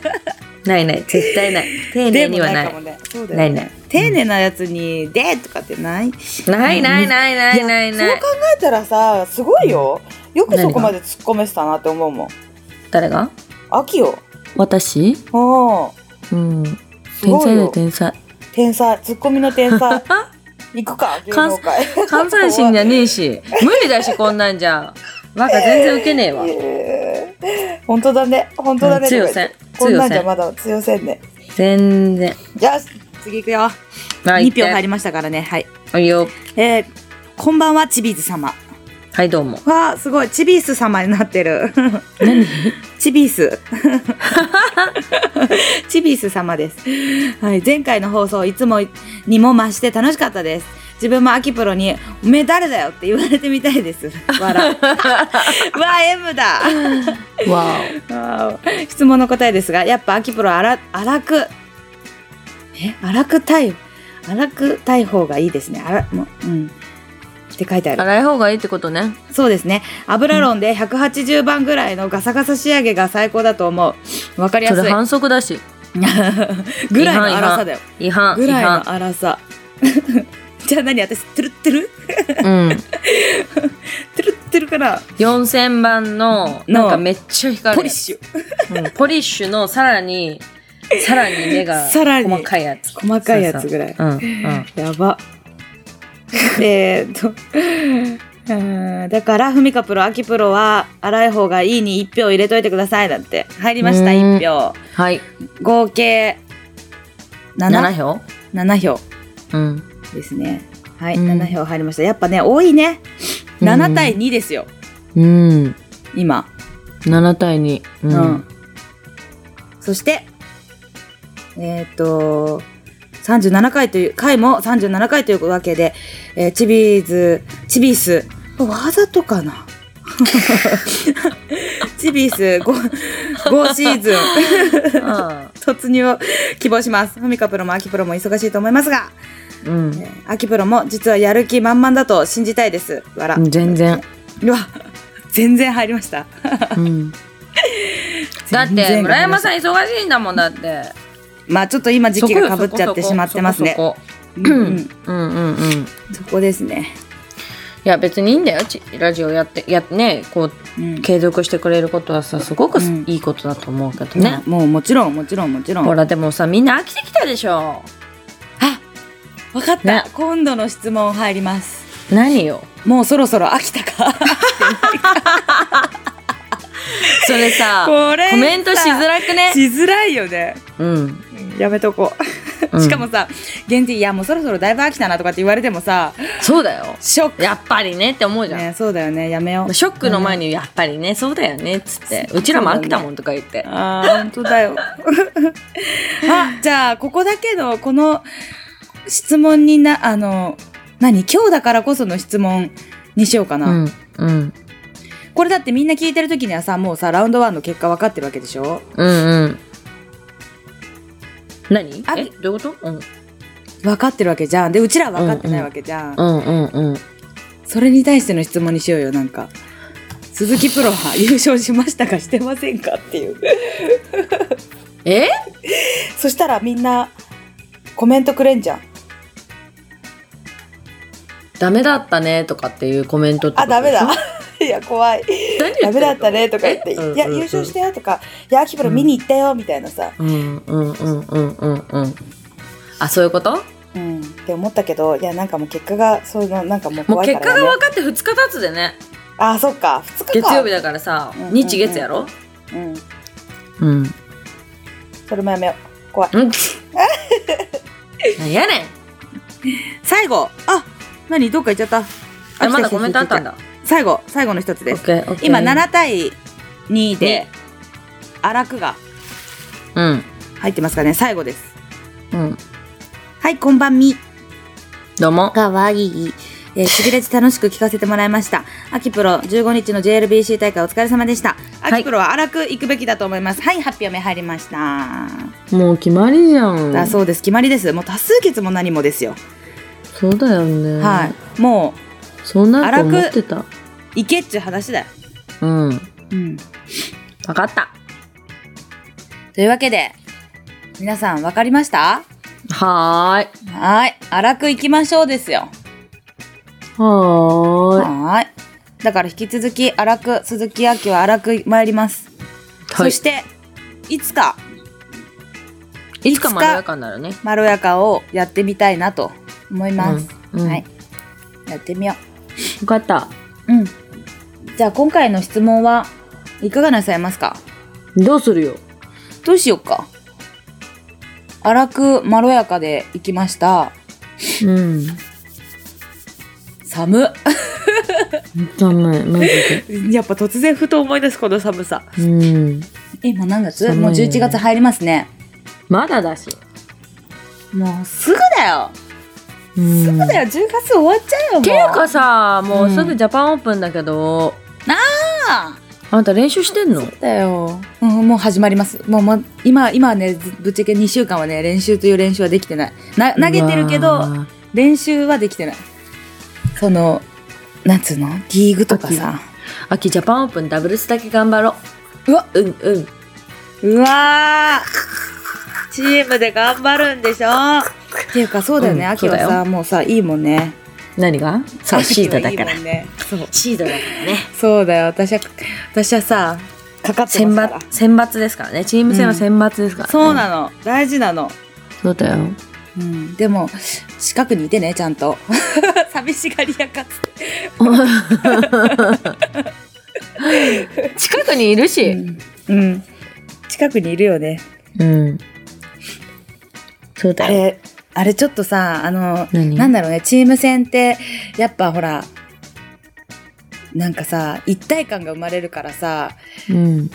ないない。絶対ない。丁寧
で
に
も
は
な
な
か
い
も
い。
ねそうだよ
ない
ね
ない。
丁寧なやつに「で」とかってない
ないないないないない
や
ない
そう。考えたらさすごいよよくそ
何
こ
が
まで突っ込めてたなって思うもん
誰が
秋よ
私
うん
うん。
すごいよ
天才。
天才ツッコミの天 才行くか芸能界
関西人じゃねえし。無理だし、こんなんじゃ。バカ全然ウケねえわ。
えー本当だね本当だね、
うん強せん
こんなんじゃ
強せん
まだ強せんね
全然。
じゃあ次行くよ
は
2票入
り
りましたからねはい
はいよ。
えーこんばんはチビーズ様
はい、どうも。
わあすごいチビース様になってる
何
チビース チビース様です、はい、前回の放送いつもにも増して楽しかったです自分も秋プロに「おめえ誰だよ」って言われてみたいです笑 うわあ M だ
わ
あー質問の答えですがやっぱ秋プロは荒荒くえ荒くたい荒くたい方がいいですねあらもううんって書いてあ
お。
る
洗い方がいいってことね。
そうですね油論で180番ぐらいのガサガサ仕上げが最高だと思うわかりや
そ
すい
れ反則だし。
ぐらいの粗さだよ
違反、
ぐ
違
らいの
反。
粗さ じゃあ何私トゥルットゥル
うん。
トゥルットゥルから
4000番の、なんかめっちゃ光る。
ポリッシュ
うんポリッシュのさらに、さらに目が
さらに
細かいやつ。
細かいやつぐらい
うん、うん。
やば。えーっと。 うーんだから、ふみかプロ、あきプロは、荒い方がいいに1票入れといてください。だって。入りました、
うーん
1票。
はい。
合計
7
7、
票
7票
うん。
ですね。はい、
うん
7票入りました。やっぱね、多いね。
うん
7対2ですよ、
うん。
今。
7対2。う
うんん。。そして、えーっと、37回という、回も37回というわけで、えーチビーズ、チビース、わざとかな チビース 5, 5シーズン突入を希望します。ふみかプロも秋プロも忙しいと思いますが、
うん。
秋プロも実はやる気満々だと信じたいです。わら。
全然。
うわ、全然入りました。
うん。 だっ
全然入り
て、
ました
村山さん忙しいんだもんだって。
まあちょっと今時期が
そ
か
こ
ぶ
よ
っちゃってしまってますね
そ。こ
う
そ
ん
こ
うん
うんうんうん。い
そこですね。
や、別にいいんだよ。ちラジオやって、やね、こう、
うん
継続してくれることはさ、すごく
うん
いいことだと思うけどね。
もうもちろんもちろんもちろん。
ほら、でもさ、みんな飽きてきたでしょ。
あ、わかった、
ね
今度の質問入ります。
何よ。
もうそろそろ飽きたか。
それさ、
これさ
コメントしづらくね。
しづらいよね。
うん。
やめとこ
うん
しかもさ現地いやもうそろそろだいぶ飽きたなとかって言われてもさ
そうだよ
ショック
やっぱりねって思うじゃん、
ねそうだよねやめよ
まあ
う
ショックの前にやっぱりねそうだよねっつってうちらも飽きたもんとか言って
あー本当だよ あじゃあここだけどこの質問になあの何今日だからこその質問にしようか
う
な、
んうん
これだってみんな聞いてる時にはさもうさラウンドワンの結果分かってるわけでしょ
うんうん何
あ
えどういうこと、うん、
分かってるわけじゃんでうちらは分かってないわけじゃん、
うんうんうん
それに対しての質問にしようよなんか鈴木プロ は優勝しましたかしてませんかっていう
え
そしたらみんなコメントくれんじゃん
ダメだったねとかっていうコメントって
あ
こと
ダメ だ いや怖い
何言ってん
ダ
の
メだったねとか言って「い
えうんうん
や優勝してよ」とか「いや秋葉原見に行ったよ」みたいなさ、
うんうんうんうんうんうんあそういうこと
うん、って思ったけどいやなんかもう結果がそういうのなんかもう
もう
怖い
結
か
果
ら、
が
ね、
分かって2日経つでね
あそっか2日か
月曜日だからさ
うんうんうん
日月やろ
うん
うん
それもやめよう怖い
うん何やねん
最後あ何どっか行っちゃった
あまだコメントあったんだ
最後最後の一つです
OK OK
今7対2で荒くが
うん
入ってますかね最後です
うん
はいこんばんみ
どうも
かわいいえー、しびれち楽しく聞かせてもらいました。アキプロ15日の JLBC 大会お疲れ様でした。
い
アキプロは荒く行くべきだと思います。はい、発表目入りました。
もう決まりじゃん
だそうです。決まりです。もう多数決も何もですよ。
そうだよね
はい。も
そう
なると思って
た
う、行けっちゅう話だよ。
うん
うん。
分かった
というわけで、皆さん分かりました
はーい
はい。荒く行きましょうですよ。
はーい
はーい。だから引き続き荒く鈴木亜希は荒く参ります。
はい
そしていつか
いつかまろやかになるね
まろやかをやってみたいなと思います。
うんうん
はい。やってみよ
分かった
う。うん。じゃあ今回の質問はいかがなさいますか。
どうするよ
どうしようか。荒くまろやかで行きました。
うん
寒。
ダメマジ で
やっぱ突然ふと思い出すこの寒さ。
うん
え、もう何月？
寒いね
もう11月入りますね。
まだだし
もうすぐだよ。
すぐ
そうだよ、10月終わっちゃうよ、もう。
ていうかさもううんすぐジャパンオープンだけど、
あ
あんた練習してんの
ーだよ。うん、もう始まります。もう、もう今、今はね、ずぶっちゃけ2週間はね、練習という練習はできてない。な投げてるけ
うわ
ど、練習はできてない。その、なんつうのリーグとかさ。
秋ジャパンオープンダブルスだけ頑張ろ
うわ、
ううんうん
うわーチームで頑張るんでしょっていうか、そうだよね、
うん
秋は
そうだ
さ、もうさ、いいもんね。
何がそうシードだから
秋はいいもんねそう。
シードだからね
そうだよ、私は、私はさ、かかって
選
ますから
抜。選抜ですからねチーム戦は選抜ですからね、
そうなの、大事なの。
そうだよ
うん、でも近くにいてねちゃんと 寂しがり屋かつって、
近くにいるし
うん、近くにいるよね
うん、そう
あ
だよ
れあれちょっとさあの
何
なんだろうねチーム戦ってやっぱほらなんかさ一体感が生まれるからさ
うん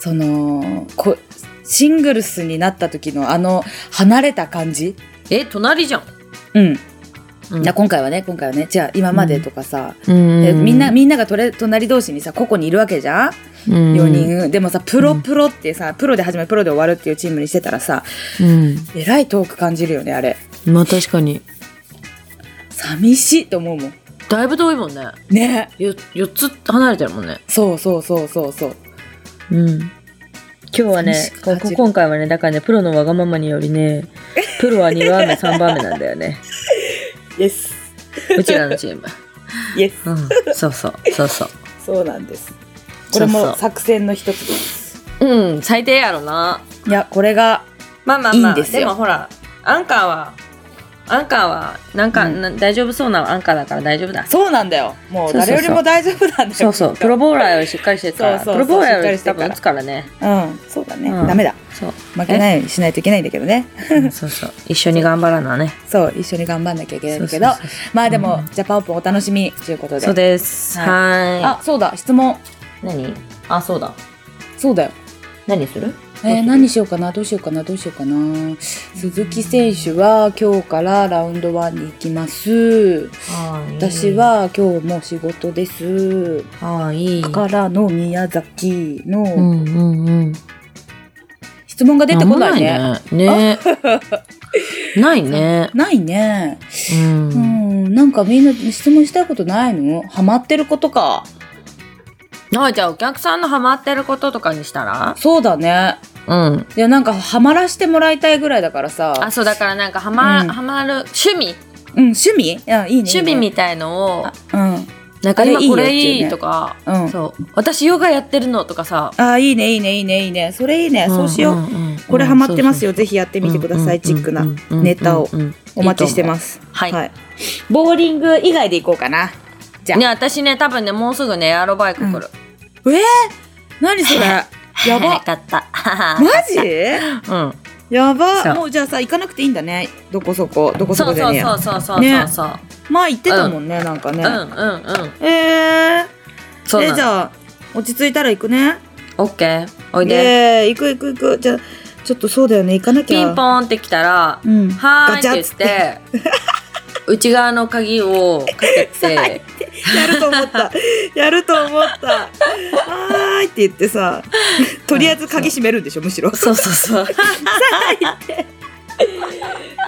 そのこシングルスになった時のあの離れた感じ
え隣じゃん、
うん、
うん
じゃあ今回はね今回はねじゃあ今までとかさ、
うん
でみんなみんながとれ隣同士にさ個々にいるわけじゃん
うん
4人、でもさプロ
うん
プロってさ、プロで始まりプロで終わるっていうチームにしてたらさ
う
えらい遠く感じるよねあれ
んまあ確かに
寂しいと思うもん
だいぶ遠いもんね
ね
よ4つ離れてるもんね
そうそうそうそうそう
うん今日はね
寂しく
こ
感じる
今回はねだからねプロのわがままにより ねプロは2番目3番目なんだよね
イエス
うちらのチーム
イエス
うんそうそうそうそう
そうなんですこ
そ
れ
うそう
も作戦の一つです
うん最低やろない
やこれが
まあまあま
い
あ
いんですよ
もほらアンカーはアンカーはなんか、
うん
な大丈夫そうなアンカーだから大丈夫だ
そうなんだよもう誰よりも大丈夫なんだよ
そう そう
きっと
プロボーラーよりしっかりしてるから
そうそうそう
プロボ
しっ
ーラー
か
よ
り
り
して
多
るから
分打つからね
うんそうだね、
うん
ダメだ
そう
負けないようにしないといけないんだけどね
うんそうそう一緒に頑張らな ね
そう一緒に頑張んなきゃいけないんだけど
そうそうそ
まあでも、
うん
ジャパンオープンお楽しみということで
そうですはい
あそうだ質問
何あそうだ
そうだよ
何する
えー何しようかなどうしようかなどうしようかな鈴木選手は今日からラウンド1に行きます
はい
私は今日も仕事です
はい
からの宮崎
う
の
んうんうん
質問が出てこないね
んもないねね ないね
ないね
うん、
うんなんかみんな質問したいことないのハマってることか
あじゃあお客さんのハマってることとかにしたら
そうだね
うん
いやなんかハマらしてもらいたいぐらいだからさ
あそうだからなんかハマ、
うん
ハマる趣味
うん趣味いやいいね
趣味みたいのを
たい
なんか
あれ
今
いいよ
これい
っていう
い
ね
とか
うんうん
そう私ヨガやってるのとかさ
あーいいねいいねいいねいいねそれいいねそうしようこれハマってます
よ
よぜひやってみてくださいチックなネタをお待ちしてます
はい
いボーリング以外でいこうかなじゃあ
ね私ね多分ねもうすぐねエアロバイク来る
えー何 それやば
早かった
マジ
うん
やば
そう
もうじゃあさ行かなくていいんだねどこそこどこそ
そ
こ
う
で
そう
ね
そうそうそう
ね
そう
前行ってたもんねなんかね
うんうんうん
えー
そう
え
な
じ
の
ゃあ落ち着いたら行くね
オッケーおいで
えー行く行く行くじゃあちょっとそうだよね行かなき
ピ
ゃ
ンポンって来たら
うん
は
ガチャ
ー
っ
いっ
つって
言って 内側の鍵をかけて
やると思ったやると思 ったはーいって言ってさとりあえず鍵閉めるんでしょむ しろ
そうそうそう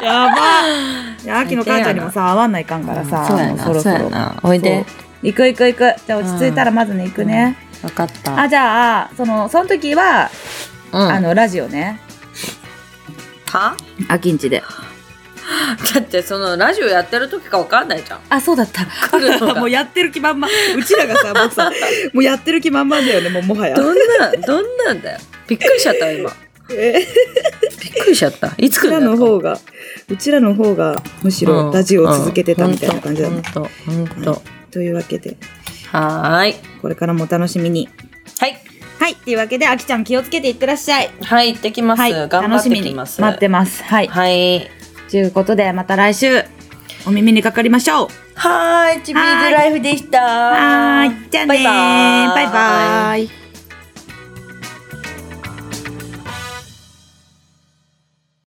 やばいや秋の母ちゃんにもさ会わんないかんからさ、
そうやな
もう
そうやなおいで
そう行く行く行くじゃあ落ち着いたらまずね行くね、
分かった
あじゃあそのその時は、
うん
あのラジオね
は
秋んちで
だってそのラジオやってる時かわかんないじゃん
あそうだった
来るのが
もうやってる気満々うちらがさもうさもうやってる気満々だよねもうもはや
どん などんなんだよびっくりしちゃった今
え
びっくりしちゃったいつ
うち
来
ら
るんだ
の
ろ
方がうちらの方がむしろラジオを続けてたみたいな感じだね、
本当本当
というわけで
はーい
これからもお楽しみに
はい
はいというわけであきちゃん気をつけていってらっしゃい
はい行ってきます、
はい
頑張
楽
っ
してみ
き
に
ま
待
す
ってますはい
はい
ということでまた来週お耳にかかりましょう
はーいチビーズライフでした
はーいじゃあねー
バイバーイ
バイバーイ